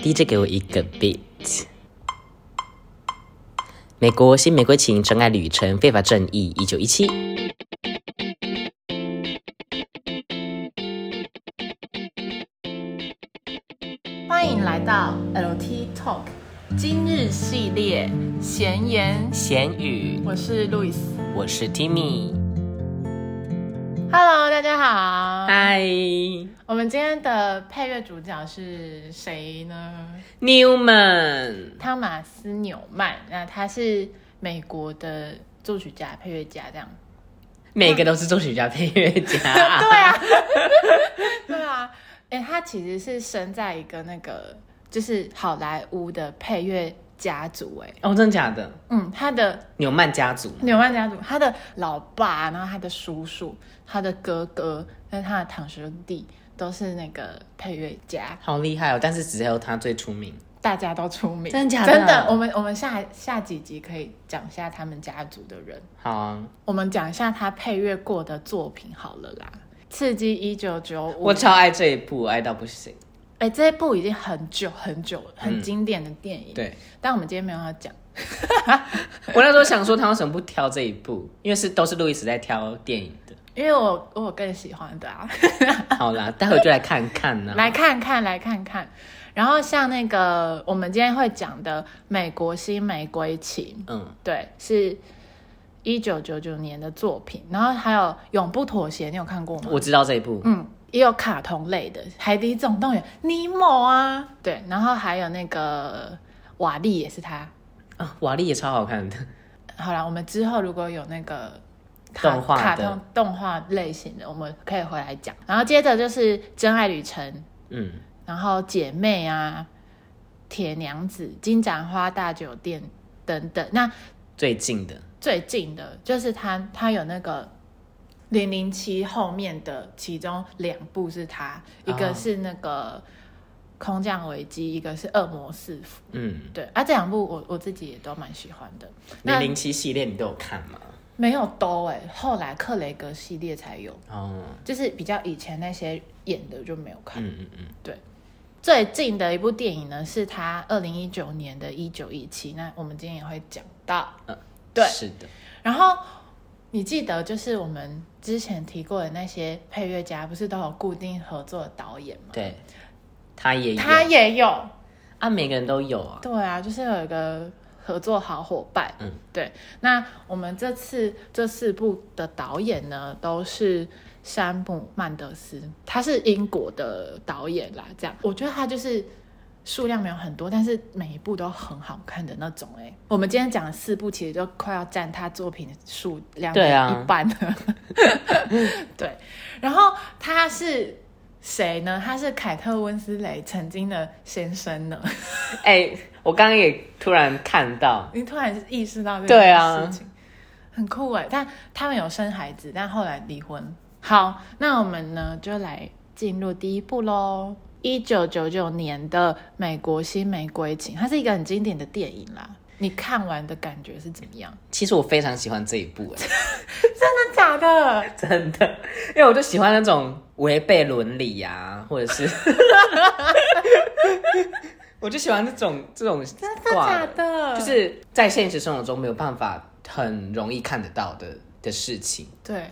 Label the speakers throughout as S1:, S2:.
S1: DJ 给我一个 beat。美国新玫瑰情真爱旅程非法正义一九一七。
S2: 欢迎来到 LT Talk 今日系列闲言，
S1: 咸鱼，
S2: 我是路易斯。
S1: 我是 Timmy。
S2: Hello，大家好。
S1: 嗨
S2: 我们今天的配乐主角是谁呢？
S1: ，Newman。
S2: 汤马斯纽曼，那他是美国的作曲家、配乐家这样。
S1: 每个都是作曲家、配乐 家。
S2: 对啊，对啊，哎、他其实是生在一个那个就是好莱坞的配乐家族、哎，
S1: 哦，真的假的？
S2: 嗯，他的
S1: 纽曼家族。
S2: 纽曼家族，他的老爸，然后他的叔叔，他的哥哥跟他的堂兄弟都是那个配乐家，
S1: 好厉害哦！但是只有他最出名。
S2: 大家都出名，
S1: 真的假的
S2: 真的，我们我们下下几集可以讲一下他们家族的人。
S1: 好啊，
S2: 我们讲一下他配乐过的作品好了啦，《刺激一九九五
S1: 我》超爱这一部，爱到不行。
S2: 哎，这一部已经很久很久了，很经典的电影。，
S1: 嗯对
S2: 但我们今天没有要讲。
S1: 我那时候想说，他为什么不挑这一部？因为是都是路易斯在挑电影的。
S2: 因为我我有更喜欢的啊，
S1: 好啦，待会 就来看看呢、
S2: 来看看，来看看。然后像那个我们今天会讲的《美国新玫瑰情》，
S1: 嗯，
S2: 对，是一九九九年的作品。然后还有《永不妥协》，你有看过吗？
S1: 我知道这一部。
S2: 嗯，也有卡通类的《海底总动员》、尼莫啊，对，然后还有那个瓦力也是他。
S1: 啊，瓦力也超好看的。
S2: 好啦，我们之后如果有那个卡
S1: 动画的
S2: 卡通动画类型的，我们可以回来讲。然后接着就是《真爱旅程》，
S1: 嗯，
S2: 然后《姐妹》啊，《铁娘子》、《金盏花大酒店》等等。那
S1: 最近的
S2: 最近的就是他，他有那个《零零七》后面的其中两部是他，一
S1: 哦
S2: 个是那个《空降危机》，一个是《恶魔四伏》。
S1: 嗯，
S2: 对啊，这两部我我自己也都蛮喜欢的。那
S1: 零零七系列你都有看吗？
S2: 没有都哎、后来克雷格系列才有，
S1: 哦，
S2: 就是比较以前那些演的就没有看。
S1: 嗯嗯嗯，
S2: 最近的一部电影呢，是他二零一九年的《一九一七》，那我们今天也会讲到。对
S1: 是的，
S2: 然后你记得就是我们之前提过的那些配乐家，不是都有固定合作的导演吗？
S1: 对，他也有
S2: 他也有，
S1: 啊，每个人都有啊。
S2: 对啊，就是有一个合作好伙伴。
S1: 嗯，
S2: 对。那我们这次这四部的导演呢，都是山姆曼德斯，他是英国的导演啦。这样，我觉得他就是数量没有很多，但是每一部都很好看的那种、欸。哎，我们今天讲的四部，其实就快要占他作品数量的
S1: 对啊
S2: 一 半了。对，然后他是。谁呢？他是凯特温斯雷曾经的先生呢。
S1: 哎、我刚刚也突然看到，
S2: 你突然意识到这
S1: 对
S2: 件
S1: 啊
S2: 事情，很酷哎。但他们有生孩子，但后来离婚。好，那我们呢就来进入第一步喽。一九九九年的美国新玫瑰情，它是一个很经典的电影啦。你看完的感觉是怎么样？
S1: 其实我非常喜欢这一部、哎，
S2: 真的假的？
S1: 真的，因为我就喜欢那种违背伦理呀、或者是，我就喜欢这种这种
S2: 真的
S1: 挂
S2: 假的？
S1: 就是在现实生活中没有办法很容易看得到的的事情，
S2: 对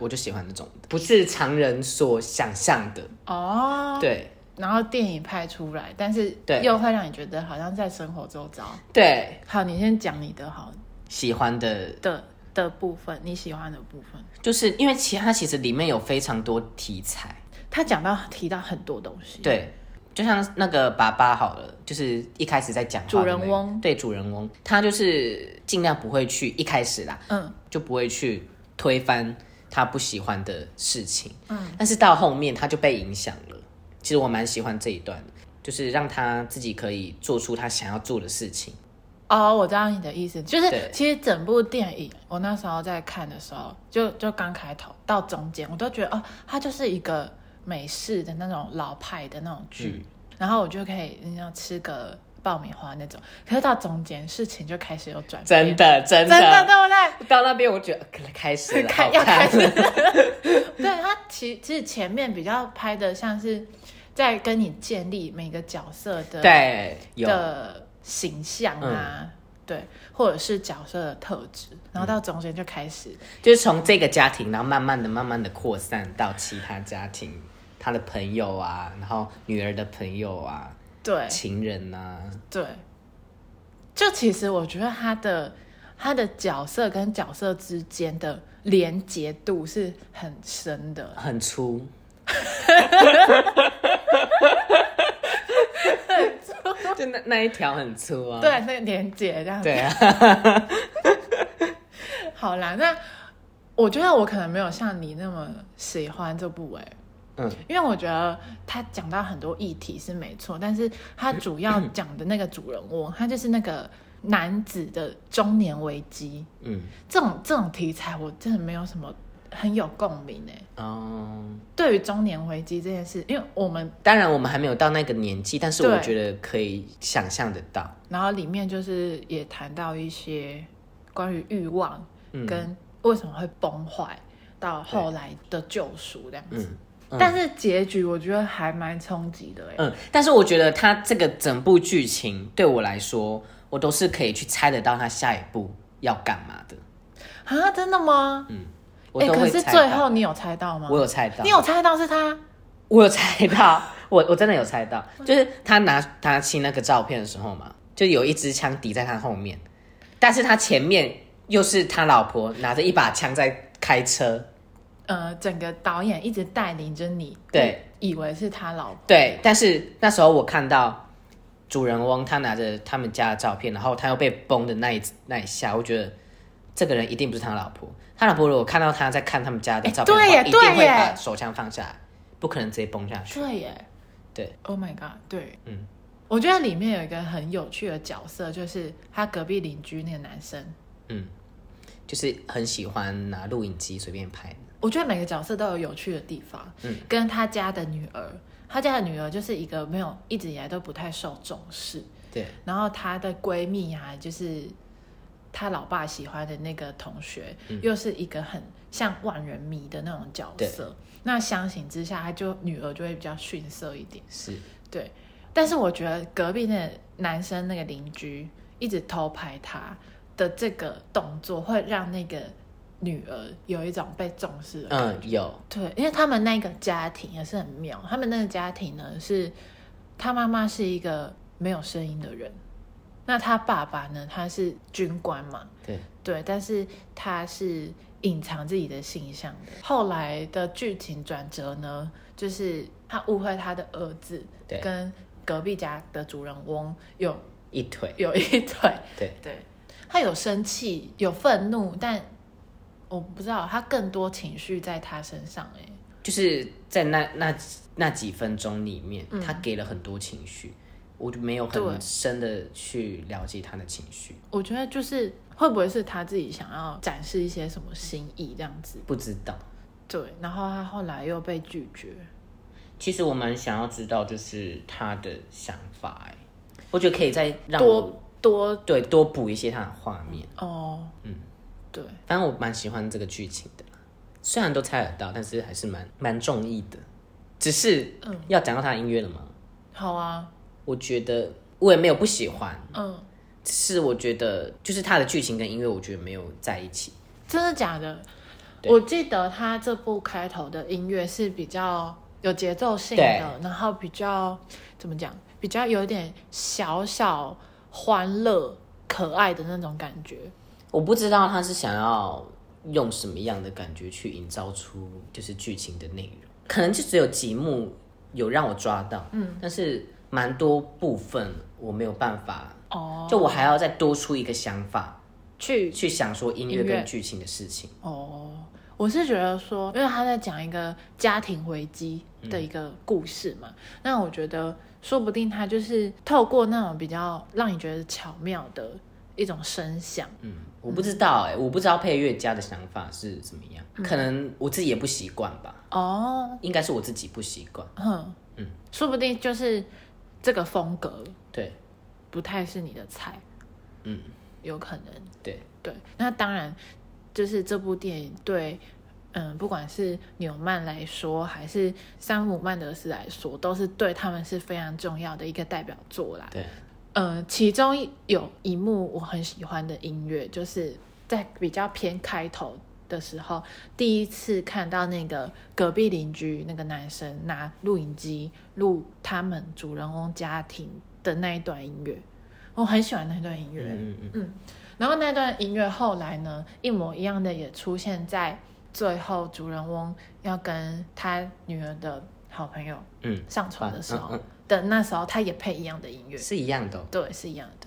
S1: 我就喜欢这种的不是常人所想象的。
S2: 哦，
S1: 对
S2: 然后电影拍出来，但是
S1: 对
S2: 又会让你觉得好像在生活周遭。
S1: 对，
S2: 好，你先讲你的好
S1: 喜欢的，
S2: 的的部分，你喜欢的部分。
S1: 就是因为其他其实里面有非常多题材，
S2: 他讲到提到很多东西，，
S1: 对。就像那个爸爸好了，就是一开始在讲话的那个
S2: 主人翁
S1: 对主人翁，他就是尽量不会去一开始啦，
S2: 嗯，
S1: 就不会去推翻他不喜欢的事情。
S2: 嗯，
S1: 但是到后面他就被影响了。其实我蛮喜欢这一段的，就是让他自己可以做出他想要做的事情。
S2: 哦，我知道你的意思，就是
S1: 对
S2: 其实整部电影，我那时候在看的时候，就就刚开头到中间，我都觉得哦，它就是一个
S1: 嗯
S2: 美式的那种老派的那种剧，然后我就可以，你知道吃个爆米花那种。可是到中间事情就开始有转变，
S1: 真的真
S2: 真的
S1: 的，
S2: 对不对？
S1: 到那边我觉得可能 开始了，
S2: 开
S1: 好
S2: 要开
S1: 看
S2: 始
S1: 了，
S2: 对他其其实前面比较拍的像是在跟你建立每个角色的
S1: 对，有
S2: 的形象啊，对，或者是角色的特质，然后到中间就开始，
S1: 就是从这个家庭，然后慢慢的、慢慢的扩散到其他家庭，他的朋友啊，然后女儿的朋友啊，
S2: 对
S1: 情人啊，
S2: 对，就其实我觉得他的他的角色跟角色之间的连结度是很深的，
S1: 很 粗， 就那那一条很粗啊。
S2: 对，那个连结这样子
S1: 对啊，
S2: 好啦，那我觉得我可能没有像你那么喜欢这部哎、
S1: 嗯，
S2: 因为我觉得他讲到很多议题是没错，但是他主要讲的那个主人翁，他就是那个男子的中年危机
S1: 嗯，
S2: 这种这种题材，我真的没有什么很有共鸣哎。
S1: 哦，
S2: 对于中年危机这件事，因为我们
S1: 当然我们还没有到那个年纪，但是
S2: 对
S1: 我觉得可以想象得到。
S2: 然后里面就是也谈到一些关于欲望
S1: 嗯
S2: 跟为什么会崩坏，到后来的救赎这样子。
S1: 嗯嗯
S2: 但是结局我觉得还蛮冲击的哎、
S1: 嗯，但是我觉得他这个整部剧情对我来说，我都是可以去猜得到他下一步要干嘛的，
S2: 啊，真的吗？
S1: 我
S2: 哎、
S1: 都
S2: 可
S1: 会
S2: 是
S1: 猜
S2: 最后
S1: 到。
S2: 你有猜到吗？
S1: 我有猜到，
S2: 你有猜到是他？
S1: 我有猜到， 我我真的有猜到，就是他拿他亲那个照片的时候嘛，就有一支枪抵在他后面，但是他前面又是他老婆拿着一把枪在开车，
S2: 呃，整个导演一直带领着你，
S1: 对，
S2: 以为是他老婆，
S1: 对，但是那时候我看到主人翁他拿着他们家的照片，然后他又被崩的那一那一下，我觉得这个人一定不是他老婆，他老婆如果看到他在看他们家的照片的话，
S2: 哎对耶
S1: 一定
S2: 对
S1: 会
S2: 耶
S1: 把手枪放下来，不可能直接崩下去，
S2: 对耶，
S1: 对
S2: ，Oh my god，对，
S1: 嗯，
S2: 我觉得里面有一个很有趣的角色，就是他隔壁邻居那个男生，
S1: 嗯就是很喜欢拿录影机随便拍。
S2: 我觉得每个角色都有有趣的地方，嗯，跟他家的女儿，他家的女儿就是一个没有一直以来都不太受重视，
S1: 对，
S2: 然后她的闺蜜啊，就是她老爸喜欢的那个同学，又是一个很像万人迷的那种角色。那相形之下，她就女儿就会比较逊色一点。
S1: 是，
S2: 对，但是我觉得隔壁那男生那个邻居一直偷拍她的这个动作，会让那个女儿有一种被重视的感觉
S1: 嗯，有，
S2: 对，因为他们那个家庭也是很妙，他们那个家庭呢是，他妈妈是一个没有声音的人，那他爸爸呢，他是军官嘛，
S1: 对，
S2: 对，但是他是隐藏自己的性向的。后来的剧情转折呢，就是他误会他的儿子
S1: 对
S2: 跟隔壁家的主人翁有
S1: 一腿，
S2: 有一腿，
S1: 对
S2: 对，他有生气，有愤怒，但我不知道他更多情绪在他身上、欸，
S1: 就是在那那那几分钟里面，他给了很多情绪，我就没有
S2: 对
S1: 很深的去了解他的情绪，
S2: 我觉得就是会不会是他自己想要展示一些什么心意这样子？
S1: 不知道。
S2: 对，然后他后来又被拒绝。
S1: 其实我蛮想要知道，就是他的想法、哎，我觉得可以再让我
S2: 多多
S1: 对多补一些他的画面。
S2: 哦，嗯，对，
S1: 反正我蛮喜欢这个剧情的啦，虽然都猜得到，但是还是蛮蛮中意的。只是、要讲到他的音乐了吗？
S2: 好啊，
S1: 我觉得我也没有不喜欢，
S2: 嗯，
S1: 只是我觉得就是他的剧情跟音乐，我觉得没有在一起。
S2: 真的假的？
S1: 对
S2: 我记得他这部开头的音乐是比较有节奏性
S1: 对
S2: 的，然后比较怎么讲，比较有点小小欢乐、可爱的那种感觉。
S1: 我不知道他是想要用什么样的感觉去营造出就是剧情的内容，可能就只有几幕有让我抓到，嗯，但是蛮多部分我没有办法，
S2: 哦，
S1: 就我还要再多出一个想法
S2: 去
S1: 去想说音乐
S2: 音乐
S1: 跟剧情的事情。
S2: 哦，我是觉得说，因为他在讲一个家庭危机的一个故事嘛，那我觉得说不定他就是透过那种比较让你觉得巧妙的一种声响，
S1: 嗯，我不知道哎、我不知道配乐家的想法是怎么样，
S2: 嗯
S1: 可能我自己也不习惯吧，
S2: 哦，
S1: 应该是我自己不习惯。
S2: 哼，嗯，说不定就是这个风格
S1: 对，
S2: 不太是你的菜，
S1: 嗯，
S2: 有可能。
S1: 对，
S2: 对，那当然就是这部电影对，嗯，不管是纽曼来说，还是山姆曼德斯来说，都是对他们是非常重要的一个代表作啦。
S1: 对，
S2: 呃，其中有一幕我很喜欢的音乐，就是在比较偏开头的时候，第一次看到那个隔壁邻居那个男生拿录影机录他们主人公家庭的那一段音乐，我很喜欢那段音乐。
S1: 嗯嗯嗯，
S2: 然后那段音乐后来呢，一模一样的也出现在最后主人翁要跟他女儿的好朋友
S1: 嗯
S2: 上床的时
S1: 嗯
S2: 候
S1: 嗯
S2: 的那时候，他也配一样的音乐，
S1: 是一样的哦、
S2: 对，是一样的。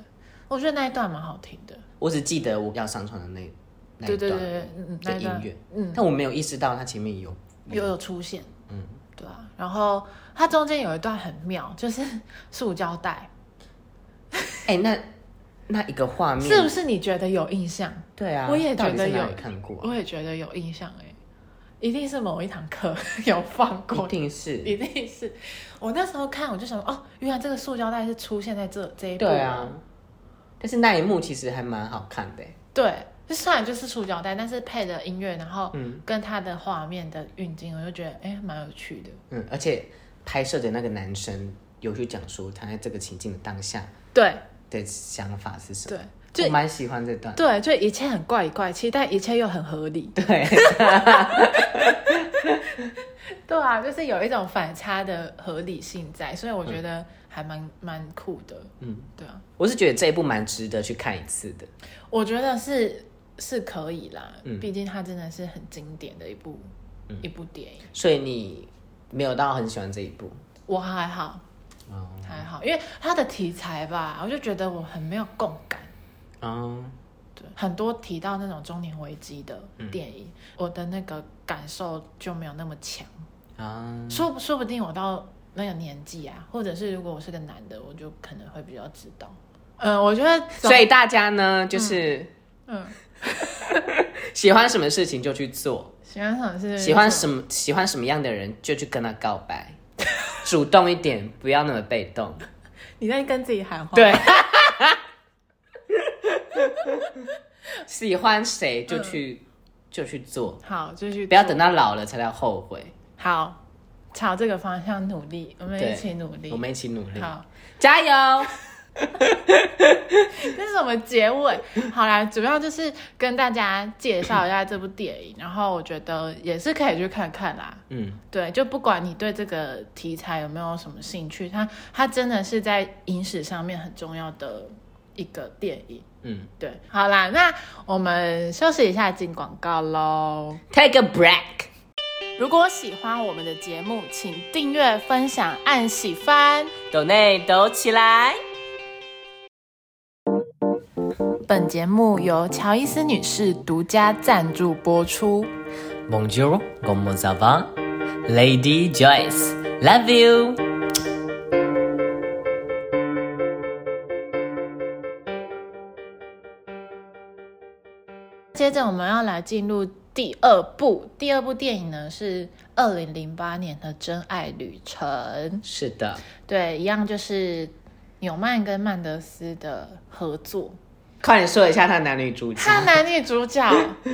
S2: 我觉得那一段蛮好听的，
S1: 我只记得我要上床的那那
S2: 对
S1: 一
S2: 对对
S1: 段
S2: 对，嗯嗯，那
S1: 的
S2: 一
S1: 音
S2: 段
S1: 乐，
S2: 嗯
S1: 但我没有意识到它前面有
S2: 有有出现，
S1: 嗯，
S2: 对啊。然后它中间有一段很妙，就是 塑胶袋，
S1: 哎、那那一个画面
S2: 是不是你觉得有印象？
S1: 对啊，
S2: 我也觉
S1: 到
S2: 得
S1: 底在哪
S2: 有
S1: 里看过啊、
S2: 我也觉得有印象哎、一定是某一堂课 有放过
S1: 啊一定是
S2: 一定是我那时候看，我就想说哦，原来这个塑胶袋是出现在这这一部。
S1: 对啊，，但是那一幕其实还蛮好看的欸，
S2: 对，就虽然就是塑胶袋，但是配的音乐，然后
S1: 嗯
S2: 跟它的画面的运镜，我就觉得哎，蛮有趣的。
S1: 嗯，而且拍摄的那个男生有去讲说他在这个情境的当下
S2: 对
S1: 的想法是什么，
S2: 对，就
S1: 我蛮喜欢这段，
S2: 对，就一切很怪里怪气，但一切又很合理。
S1: 对，
S2: 对啊，就是有一种反差的合理性在，所以我觉得还蛮蛮酷的。
S1: 嗯，
S2: 对啊，
S1: 我是觉得这一部蛮值得去看一次的，
S2: 我觉得是是可以啦，
S1: 嗯
S2: 毕竟它真的是很经典的一部、一部电影。
S1: 所以你没有到很喜欢这一部，
S2: 我还好，
S1: 哦，
S2: 还好，因为它的题材吧，我就觉得我很没有共感。
S1: 哦，
S2: 对，很多提到那种中年危机的
S1: 嗯
S2: 电影，我的那个感受就没有那么强。
S1: 啊，
S2: 说不说不定我到那个年纪啊，或者是如果我是个男的，我就可能会比较知道。
S1: 呃
S2: 嗯，我觉得总，
S1: 所以大家呢就是
S2: 嗯，
S1: 喜欢什么事情就去做，
S2: 喜欢什么是
S1: 喜欢
S2: 么？
S1: 什么喜欢什么样的人就去跟他告白，主动一点，不要那么被动。
S2: 你在跟自己喊话。
S1: 对， 喜欢谁就去、就去做，
S2: 好，继续
S1: 不要等到老了才来后悔。
S2: 好，朝这个方向努力，我们
S1: 对
S2: 一起努力。
S1: 我们一起努力，
S2: 好，
S1: 加油！
S2: 这是什么结尾？好啦，主要就是跟大家介绍一下这部电影，然后我觉得也是可以去看看啦。
S1: 嗯，
S2: 对，就不管你对这个题材有没有什么兴趣，它它真的是在影史上面很重要的一个电影。
S1: 嗯
S2: 对，好啦，那我们休息一下，进广告喽。
S1: ，take a break。
S2: 如果喜欢我们的节目，请订阅、分享、按喜欢。
S1: 抖内抖起来！
S2: 本节目由乔伊斯女士独家赞助播出。
S1: Bonjour, comment ça va? Lady Joyce, love you.
S2: 接着我们要来进入第二部，第二部电影呢是二零零八年的《真爱旅程》。
S1: 是的，
S2: 对，一样就是纽曼跟曼德斯的合作。
S1: 快点说一下 他男女主角。
S2: 他男女主角，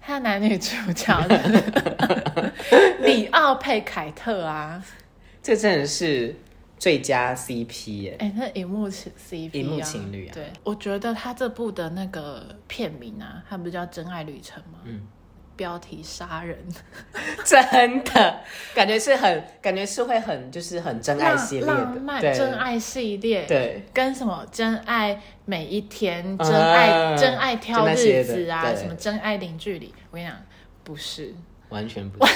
S2: 他男女主角 里奥配凯特啊，
S1: 这真的是最佳 CP 耶！
S2: 哎、那荧幕情 CP，
S1: 荧幕
S2: 啊
S1: 情侣啊
S2: 对，我觉得他这部的那个片名啊，它不是叫《真爱旅程》吗？
S1: 嗯。
S2: 标题杀人，
S1: 真的感觉是很，感觉是会很，就是很真爱系列
S2: 浪浪
S1: 的，
S2: 漫
S1: 对
S2: 真爱系列，，
S1: 对，
S2: 跟什么真爱每一天、
S1: 啊
S2: 真爱真爱
S1: 就
S2: 挑
S1: 那些
S2: 日
S1: 的
S2: 子啊，
S1: 对
S2: 什么真爱零距离，我跟你讲，不是，
S1: 完全不是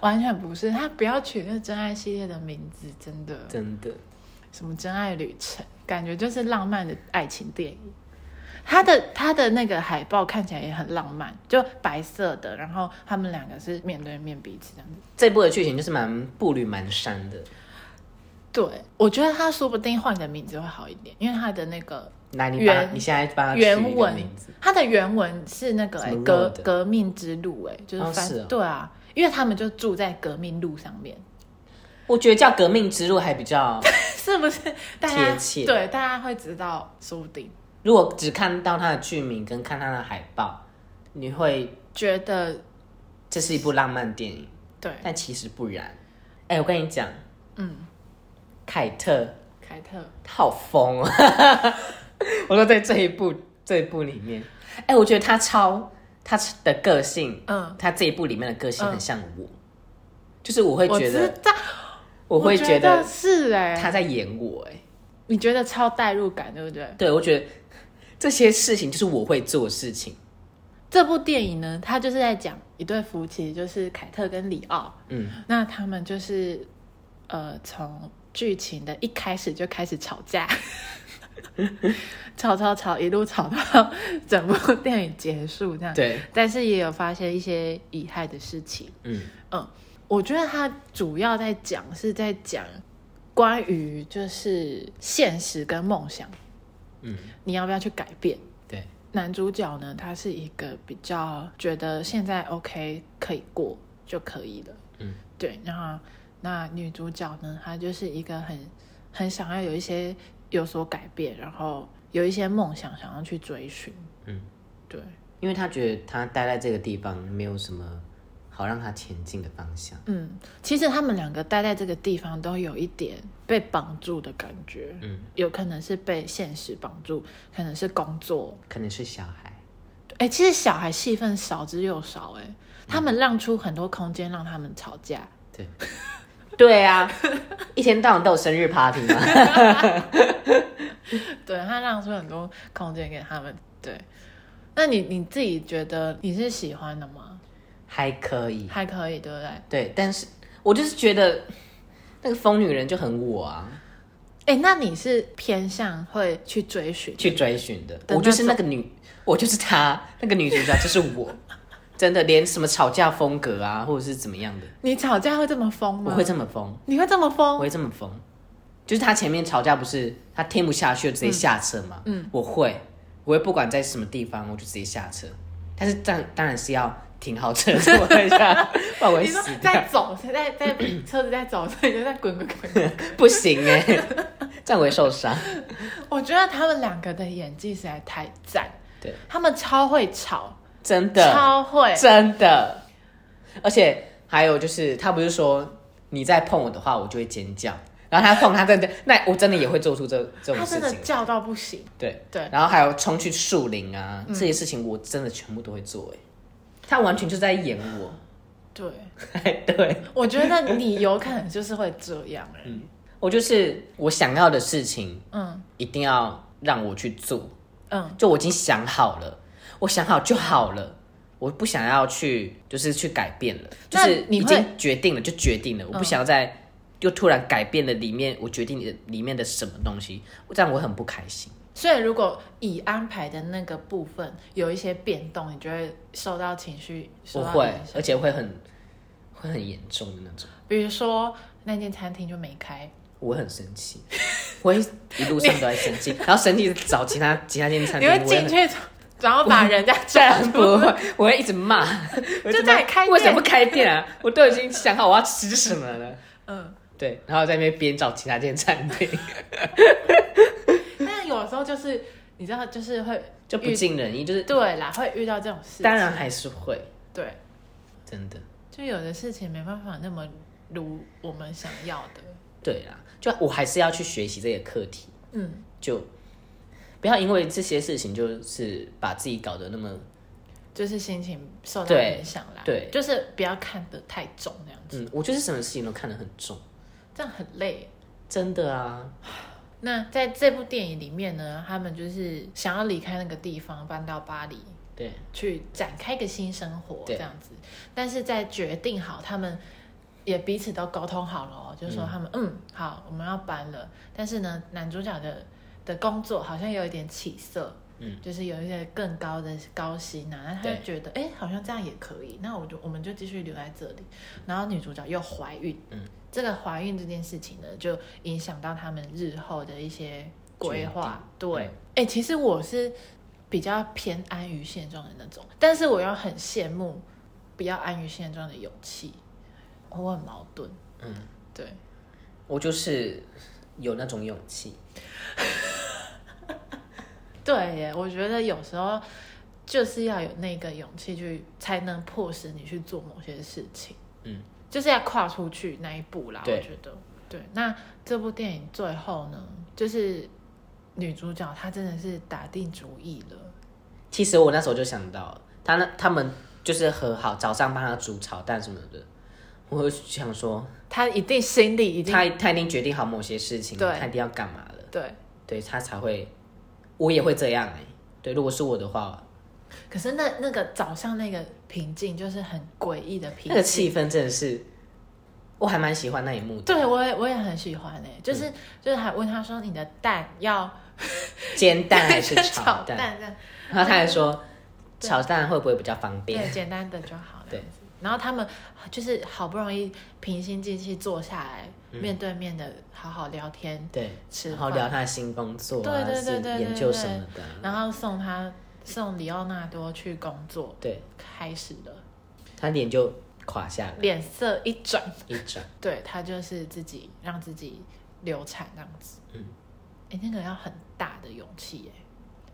S2: 完全不是，他不要取那真爱系列的名字，真的，
S1: 真的。
S2: 什么真爱旅程，感觉就是浪漫的爱情电影。他的他的那个海报看起来也很浪漫，就白色的，然后他们两个是面对面彼此这样子。
S1: 这部的剧情就是蛮步履蹒跚的，
S2: 对，我觉得他说不定换个名字会好一点，因为他的那个
S1: 来你把
S2: 原
S1: 你现在帮他取一
S2: 原
S1: 个
S2: 文
S1: 名字，，
S2: 他的原文是那个、
S1: 什
S2: 哎
S1: 么
S2: 革
S1: road？
S2: 革命之路、哎，就是
S1: 哦
S2: 翻、
S1: 是哦
S2: 对啊，因为他们就住在革命路上面，
S1: 我觉得叫《革命之路》还比较，
S2: 是不是？ 大家
S1: 贴切
S2: 对大家会知道，说不定
S1: 如果只看到它的剧名跟看它的海报，你会
S2: 觉得
S1: 这是一部浪漫电影，
S2: 对，
S1: 但其实不然。哎、我跟你讲，
S2: 嗯，
S1: 凯特
S2: 凯特
S1: 他好疯哦！ 我说在这一部这一部里面，哎、我觉得他超他的个性，
S2: 嗯，
S1: 他这一部里面的个性
S2: 嗯
S1: 很像我，就是我会
S2: 我
S1: 觉
S2: 知
S1: 得
S2: 道，
S1: 我会
S2: 觉
S1: 觉得
S2: 是哎、
S1: 他在演我、哎，
S2: 你觉得超代入感，对不对？
S1: 对我觉得这些事情就是我会做的事情，
S2: 这部电影呢，它就是在讲一对夫妻，就是凯特跟里奥，
S1: 嗯，
S2: 那他们就是呃，从剧情的一开始就开始吵架， 吵吵吵，一路吵到 整部电影结束这样。，
S1: 对，
S2: 但是也有发现一些遗憾的事情。
S1: 嗯
S2: 嗯，我觉得它主要在讲是在讲关于就是现实跟梦想，
S1: 嗯，
S2: 你要不要去改变？
S1: 对，
S2: 男主角呢，他是一个比较觉得现在 OK 可以过就可以了，
S1: 嗯，
S2: 对。然后那女主角呢，她就是一个很很想要有一些有所改变，然后有一些梦想想要去追寻，
S1: 嗯，
S2: 对，
S1: 因为他觉得他待在这个地方没有什么好让他前进的方向，
S2: 嗯。其实他们两个待在这个地方都有一点被绑住的感觉，
S1: 嗯，
S2: 有可能是被现实绑住，可能是工作，
S1: 可能是小孩，
S2: 哎、其实小孩戏份少之又少、哎，他
S1: 嗯
S2: 们让出很多空间让他们吵架。
S1: 对， 对啊，一天到晚都有生日 party 嘛。
S2: 对他让出很多空间给他们。对，那你你自己觉得你是喜欢的吗？
S1: 还可以，
S2: 还可以，对不对？哎、
S1: 对，但是我就是觉得那个疯女人就很我啊，
S2: 哎那你是偏向会去追寻？
S1: 去追寻的，
S2: 的
S1: 我就是
S2: 那
S1: 那个女，我就是她，那个女主角就是我， 真的连什么吵架风格啊，或者是怎么样的，
S2: 你吵架会这么疯
S1: 我
S2: 吗？
S1: 会这么疯，
S2: 你会这么
S1: 我
S2: 疯？
S1: 会这么疯，就是她前面吵架不是她听不下去就直接下车嘛，嗯，我会，我会不管在什么地方，我就直接下车，但是当当然是要停好车 坐一下，不然我会
S2: 你
S1: 死
S2: 说
S1: 掉。
S2: 在走，在在车子在走，所以就在滚滚滚。
S1: 不行哎、 这样我会受伤。
S2: 我觉得他们两个的演技实在太赞，
S1: 对，
S2: 他们超会吵，
S1: 真的，
S2: 超欸会。
S1: 真的。而且还有就是，他不是说你再碰我的话，我就会尖叫。然后他碰他真的，那我真的也会做出这这种
S2: 他
S1: 事
S2: 真的
S1: 情。
S2: 叫到不行。
S1: 对
S2: 对嗯
S1: 然后还有冲去树林啊，这些事情我真的全部都会做哎、他完全就在演我。
S2: 对，
S1: 对，
S2: 我觉得你有可能就是会这样。
S1: 我就是我想要的事情，
S2: 嗯
S1: 一定要让我去做。
S2: 嗯，
S1: 就我已经想好了，我想好就好了，我不想要去就是去改变了，就
S2: 那
S1: 是
S2: 你
S1: 已
S2: 会嗯
S1: 经决定了就决定了，我不想要再又突然改变了里面我决定的里面的什么东西，这样我很不开心。
S2: 所以，如果已安排的那个部分有一些变动，你就会受到情绪受
S1: 我
S2: 到
S1: 会
S2: 影，响
S1: 而且会很会很严重的那种，
S2: 比如说那间餐厅就没开，
S1: 我会很生气， 我会一路上都在生气，然后生气找其他其他间餐
S2: 你
S1: 厅，
S2: 会
S1: 我
S2: 进
S1: 会
S2: 去，然后把人家抓
S1: 很不
S2: 住。
S1: 会，我会一直骂，我
S2: 就在开店
S1: 为什么不开店啊？我都已经想好我要吃什么了。
S2: 嗯，
S1: 对，然后在那边边找其他间餐 厅，
S2: 但有时候就是你知道，就是会
S1: 就不尽人意，就是
S2: 对啦，会遇到这种事。
S1: 当然，还是会，
S2: 对，
S1: 真的，
S2: 就有的事情没办法那么如我们想要的。
S1: 对啦，就我还是要去学习这个课题，
S2: 嗯，
S1: 就不要因为这些事情就是把自己搞得那么，
S2: 就是心情受到
S1: 对
S2: 影响啦。
S1: 对
S2: 就是不要看得太重那样子，
S1: 嗯，我就是什么事情都看得很重，
S2: 这样很累。
S1: 真的啊，
S2: 那在这部电影里面呢，他们就是想要离开那个地方，搬到巴黎
S1: 对，
S2: 去展开一个新生活这
S1: 对
S2: 样子。但是在决定好，他们也彼此都沟通好了、哦，就是说他们嗯好，我们要搬了。但是呢，男主角的的工作好像有一点起色。
S1: 嗯，
S2: 就是有一些更高的高薪啊，那他就
S1: 对
S2: 觉得，哎、好像这样也可以，那我就我们就继续留在这里。然后女主角又怀孕，
S1: 嗯，
S2: 这个怀孕这件事情呢，就影响到他们日后的一些规划。对，哎、
S1: 嗯
S2: 其实我是比较偏安于现状的那种，但是我又很羡慕不要安于现状的勇气，我很矛盾。
S1: 嗯，
S2: 对，
S1: 我就是有那种勇气。
S2: 对耶，我觉得有时候就是要有那个勇气去，才能迫使你去做某些事情。
S1: 嗯，
S2: 就是要跨出去那一步啦。我
S1: 对
S2: 觉得，对。那这部电影最后呢，就是女主角她真的是打定主意了。
S1: 其实我那时候就想到，他那他们就是和好，早上帮他煮炒蛋什么的。我就想说，
S2: 她一定心里一定
S1: 他他已经决定好某些事情，
S2: 对
S1: 他一定要干嘛了，
S2: 对，
S1: 对他才会，我也会这样哎、对，如果是我的话，
S2: 可是那那个早上那个平静，就是很诡异的平
S1: 那个
S2: 静。
S1: 气氛真的是，我还蛮喜欢那一幕的。
S2: 对，我也我也很喜欢诶、
S1: 嗯
S2: 就是、就是还问他说你的蛋要
S1: 煎蛋还是
S2: 炒
S1: 炒
S2: 蛋
S1: 蛋？
S2: 这样
S1: 然后他还说，炒蛋会不会比较方
S2: 对
S1: 便？
S2: 简单的就好这
S1: 对
S2: 样子。然后他们就是好不容易平心静气坐下来，
S1: 嗯
S2: 面对面的好好聊天，
S1: 对，
S2: 吃
S1: 然后
S2: 饭
S1: 聊他的新工作啊，
S2: 对对对对
S1: 是研究什么的啊，
S2: 然后送他送里奥纳多去工作，
S1: 对
S2: 开始了，
S1: 他脸就垮下来
S2: 脸色一转，
S1: 一转。
S2: 对他就是自己让自己流产那样子。
S1: 嗯，
S2: 哎、那个要很大的勇气耶，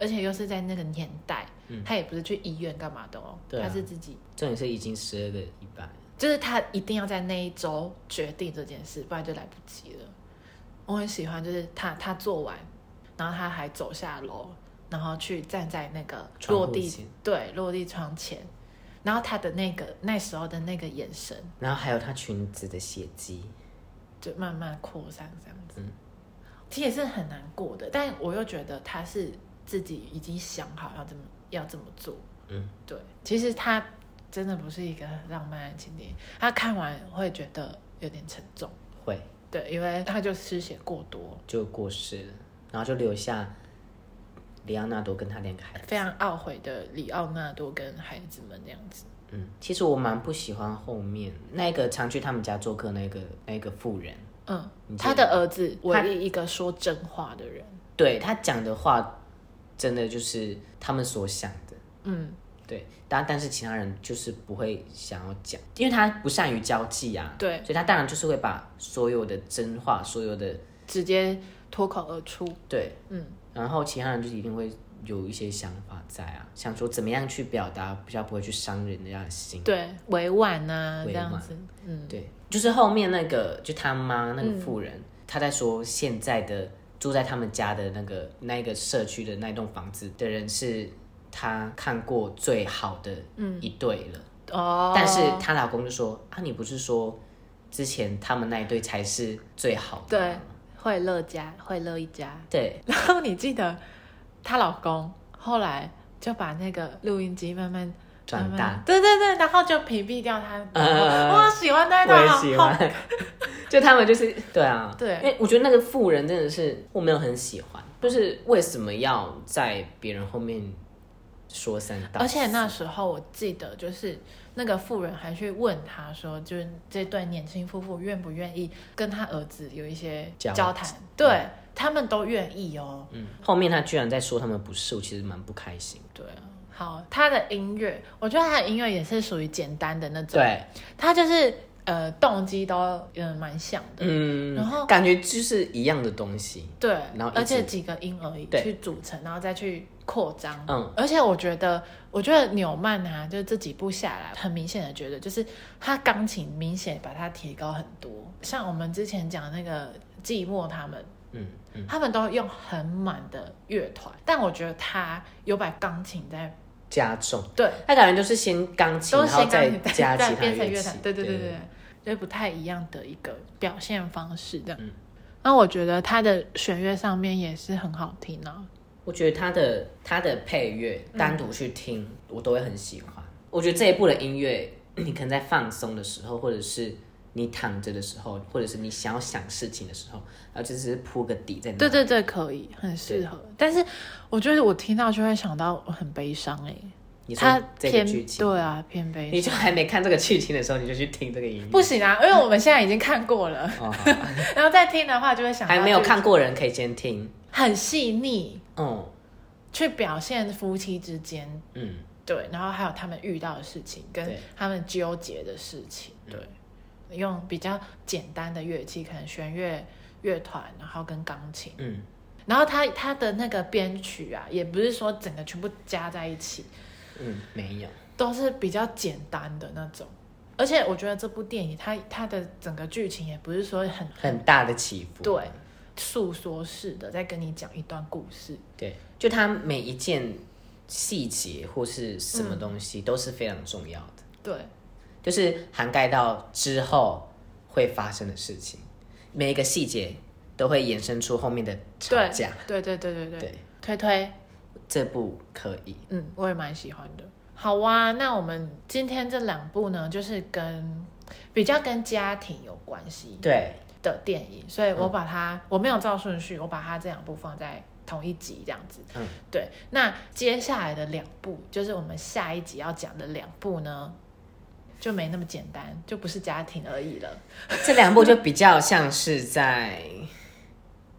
S2: 而且又是在那个年代，
S1: 嗯
S2: 他也不是去医院干嘛的哦，
S1: 对啊
S2: 他是自己，
S1: 重点是已经十二的一半，
S2: 就是他一定要在那一周决定这件事，不然就来不及了。我很喜欢，就是他他做完，然后他还走下楼，然后去站在那个
S1: 窗户
S2: 落地
S1: 前
S2: 对落地窗前，然后他的那个那时候的那个眼神，
S1: 然后还有他裙子的血迹，
S2: 就慢慢扩散这样子。
S1: 嗯
S2: 其实也是很难过的，但我又觉得他是自己已经想好要怎么要怎么做。
S1: 嗯，
S2: 对，其实他真的不是一个很浪漫的情景，他看完会觉得有点沉重。
S1: 会
S2: 对，因为他就失血过多，
S1: 就过世了，然后就留下里奥纳多跟他两个孩子。
S2: 非常懊悔的里奥纳多跟孩子们那样子。
S1: 嗯，其实我蛮不喜欢后面那个常去他们家做客那个那个妇人，
S2: 嗯
S1: 你，觉
S2: 他
S1: 得
S2: 的儿子
S1: 他
S2: 唯一一个说真话的人。
S1: 对他讲的话，真的就是他们所想的。
S2: 嗯，
S1: 对，但但是其他人就是不会想要讲，因为他不善于交际啊，
S2: 对
S1: 所以他当然就是会把所有的真话，所有的
S2: 直接脱口而出。
S1: 对
S2: 嗯，
S1: 然后其他人就是一定会有一些想法在啊，想说怎么样去表达，比较不会去伤人家的心。
S2: 对，委婉啊，这
S1: 委
S2: 样
S1: 婉
S2: 子。嗯，
S1: 对，就是后面那个就他妈那个妇人，她在说现在的住在他们家的那个那个社区的那栋房子的人是她看过最好的一对了，
S2: 哦，
S1: 但是她老公就说啊，你不是说之前他们那一对才是最好的
S2: 对
S1: 吗？，
S2: 惠乐家，惠乐一家。
S1: 对
S2: 然后你记得她老公后来就把那个录音机慢慢
S1: 转
S2: 慢慢
S1: 大，
S2: 对对对，然后就屏蔽掉她。
S1: 嗯嗯嗯
S2: 我喜欢那一段，好
S1: 我也喜 欢。就他们就是 对啊，
S2: 对
S1: 因为我觉得那个富人真的是我没有很喜欢，就是为什么要在别人后面说三道四？
S2: 而且那时候我记得，就是那个妇人还去问他说，就是这对年轻夫妇愿不愿意跟他儿子有一些
S1: 交
S2: 交谈？对他们都愿意哦。
S1: 嗯，后面他居然在说他们不是，我其实蛮不开心。
S2: 对啊，好，他的音乐，我觉得他的音乐也是属于简单的那种，
S1: 对，
S2: 他就是呃动机都嗯蛮像的，
S1: 嗯，
S2: 然后
S1: 感觉就是一样的东西，
S2: 对，
S1: 然后一
S2: 而且
S1: 直
S2: 几个音而已
S1: 对
S2: 去组成，然后再去扩张。
S1: 嗯，
S2: 而且我觉得，我觉得纽曼啊，就是这几部下来，很明显的觉得，就是他钢琴明显把它提高很多。像我们之前讲那个寂寞他们，
S1: 嗯嗯，
S2: 他们都用很满的乐团，但我觉得他有把钢琴在
S1: 加重。
S2: 对，
S1: 他感觉就是先钢琴，
S2: 都
S1: 然
S2: 是
S1: 后
S2: 钢
S1: 再
S2: 琴
S1: 加
S2: 再
S1: 其他
S2: 变成乐
S1: 器
S2: 团，。对对对
S1: 对
S2: 对对，就是不太一样的一个表现方式这样。
S1: 嗯
S2: 那我觉得他的弦乐上面也是很好听啊，
S1: 我觉得他的他的配乐
S2: 嗯
S1: 单独去听，我都会很喜欢。我觉得这一部的音乐，你可能在放松的时候，或者是你躺着的时候，或者是你想要想事情的时候，然后就是铺个底在那。
S2: 对对对，可以，很适合。但是我觉得我听到就会想到我很悲伤哎、
S1: 你
S2: 它
S1: 说这个
S2: 偏
S1: 剧情，
S2: 对啊，偏悲
S1: 你
S2: 伤。
S1: 就还没看这个剧情的时候，你就去听这个音乐。
S2: 不行啊，因为我们现在已经看过了，
S1: 哦，好
S2: 然后再听的话就会想到
S1: 还没有
S2: 就是
S1: 看过的人可以先听。
S2: 很细腻
S1: 嗯
S2: 去表现夫妻之间
S1: 嗯，
S2: 对，然后还有他们遇到的事情跟
S1: 对嗯
S2: 他们纠结的事情，对，用比较简单的乐器，可能弦乐、乐团，然后跟钢琴。
S1: 嗯，
S2: 然后他他的那个编曲啊，也不是说整个全部加在一起，
S1: 嗯，没有，
S2: 都是比较简单的那种。而且我觉得这部电影它它的整个剧情也不是说很
S1: 很大的起伏。
S2: 对诉说式的，在跟你讲一段故事。
S1: 对，就它每一件细节或是什
S2: 嗯
S1: 么东西都是非常重要的，
S2: 对，
S1: 就是涵盖到之后会发生的事情，每一个细节都会衍生出后面的吵
S2: 对
S1: 架。
S2: 对对对对对，
S1: 对，
S2: 推推，
S1: 这部可以。
S2: 嗯，我也蛮喜欢的。好啊，那我们今天这两部呢，就是跟比较跟家庭有关系
S1: 对，
S2: 的电影，所以
S1: 嗯
S2: 我把它、我没有照顺序，我把它这两部放在同一集这样子。
S1: 嗯，
S2: 对。那接下来的两部，就是我们下一集要讲的两部呢，就没那么简单，就不是家庭而已了。
S1: 这两部就比较像是在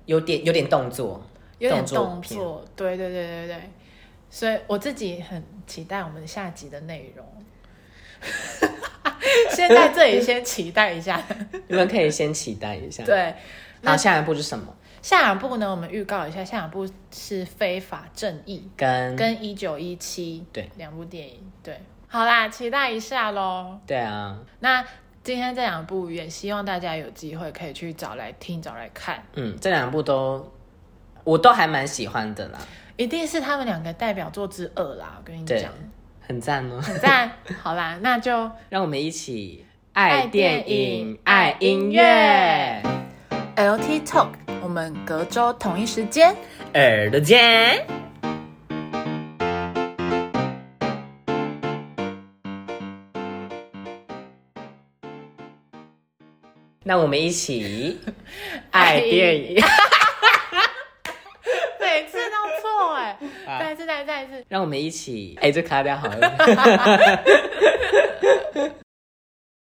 S1: 有点有点动作，
S2: 有点
S1: 动
S2: 动
S1: 片
S2: 作，对对对对对，所以我自己很期待我们下集的内容。 先在这里先期待一下，
S1: 你们可以先期待一下。，
S2: 对，
S1: 好，下一部是什么？
S2: 下两部呢，我们预告一下，下两部是《非法正义》
S1: 跟
S2: 跟《一九一七》
S1: 嗯对
S2: 两部电影，对，好啦，期待一下喽。
S1: 对啊，
S2: 那今天这两部也希望大家有机会可以去找来听，找来看，
S1: 嗯，这两部都我都还蛮喜欢的啦，
S2: 一定是他们两个代表作之二啦，我跟你
S1: 对
S2: 讲，
S1: 很赞哦。
S2: 很赞。好啦， 那就。
S1: 让我们一起
S2: 爱
S1: 爱
S2: 电
S1: 电
S2: 影
S1: 影、
S2: 爱
S1: 爱
S2: 音
S1: 音
S2: 乐
S1: 乐。
S2: LT Talk，我们隔周同一时间
S1: 耳朵尖。那我们一起爱电影，
S2: 每次都错哎、
S1: 啊
S2: 再一次，再一次，再一次。
S1: 让我们一起哎，这卡掉好了。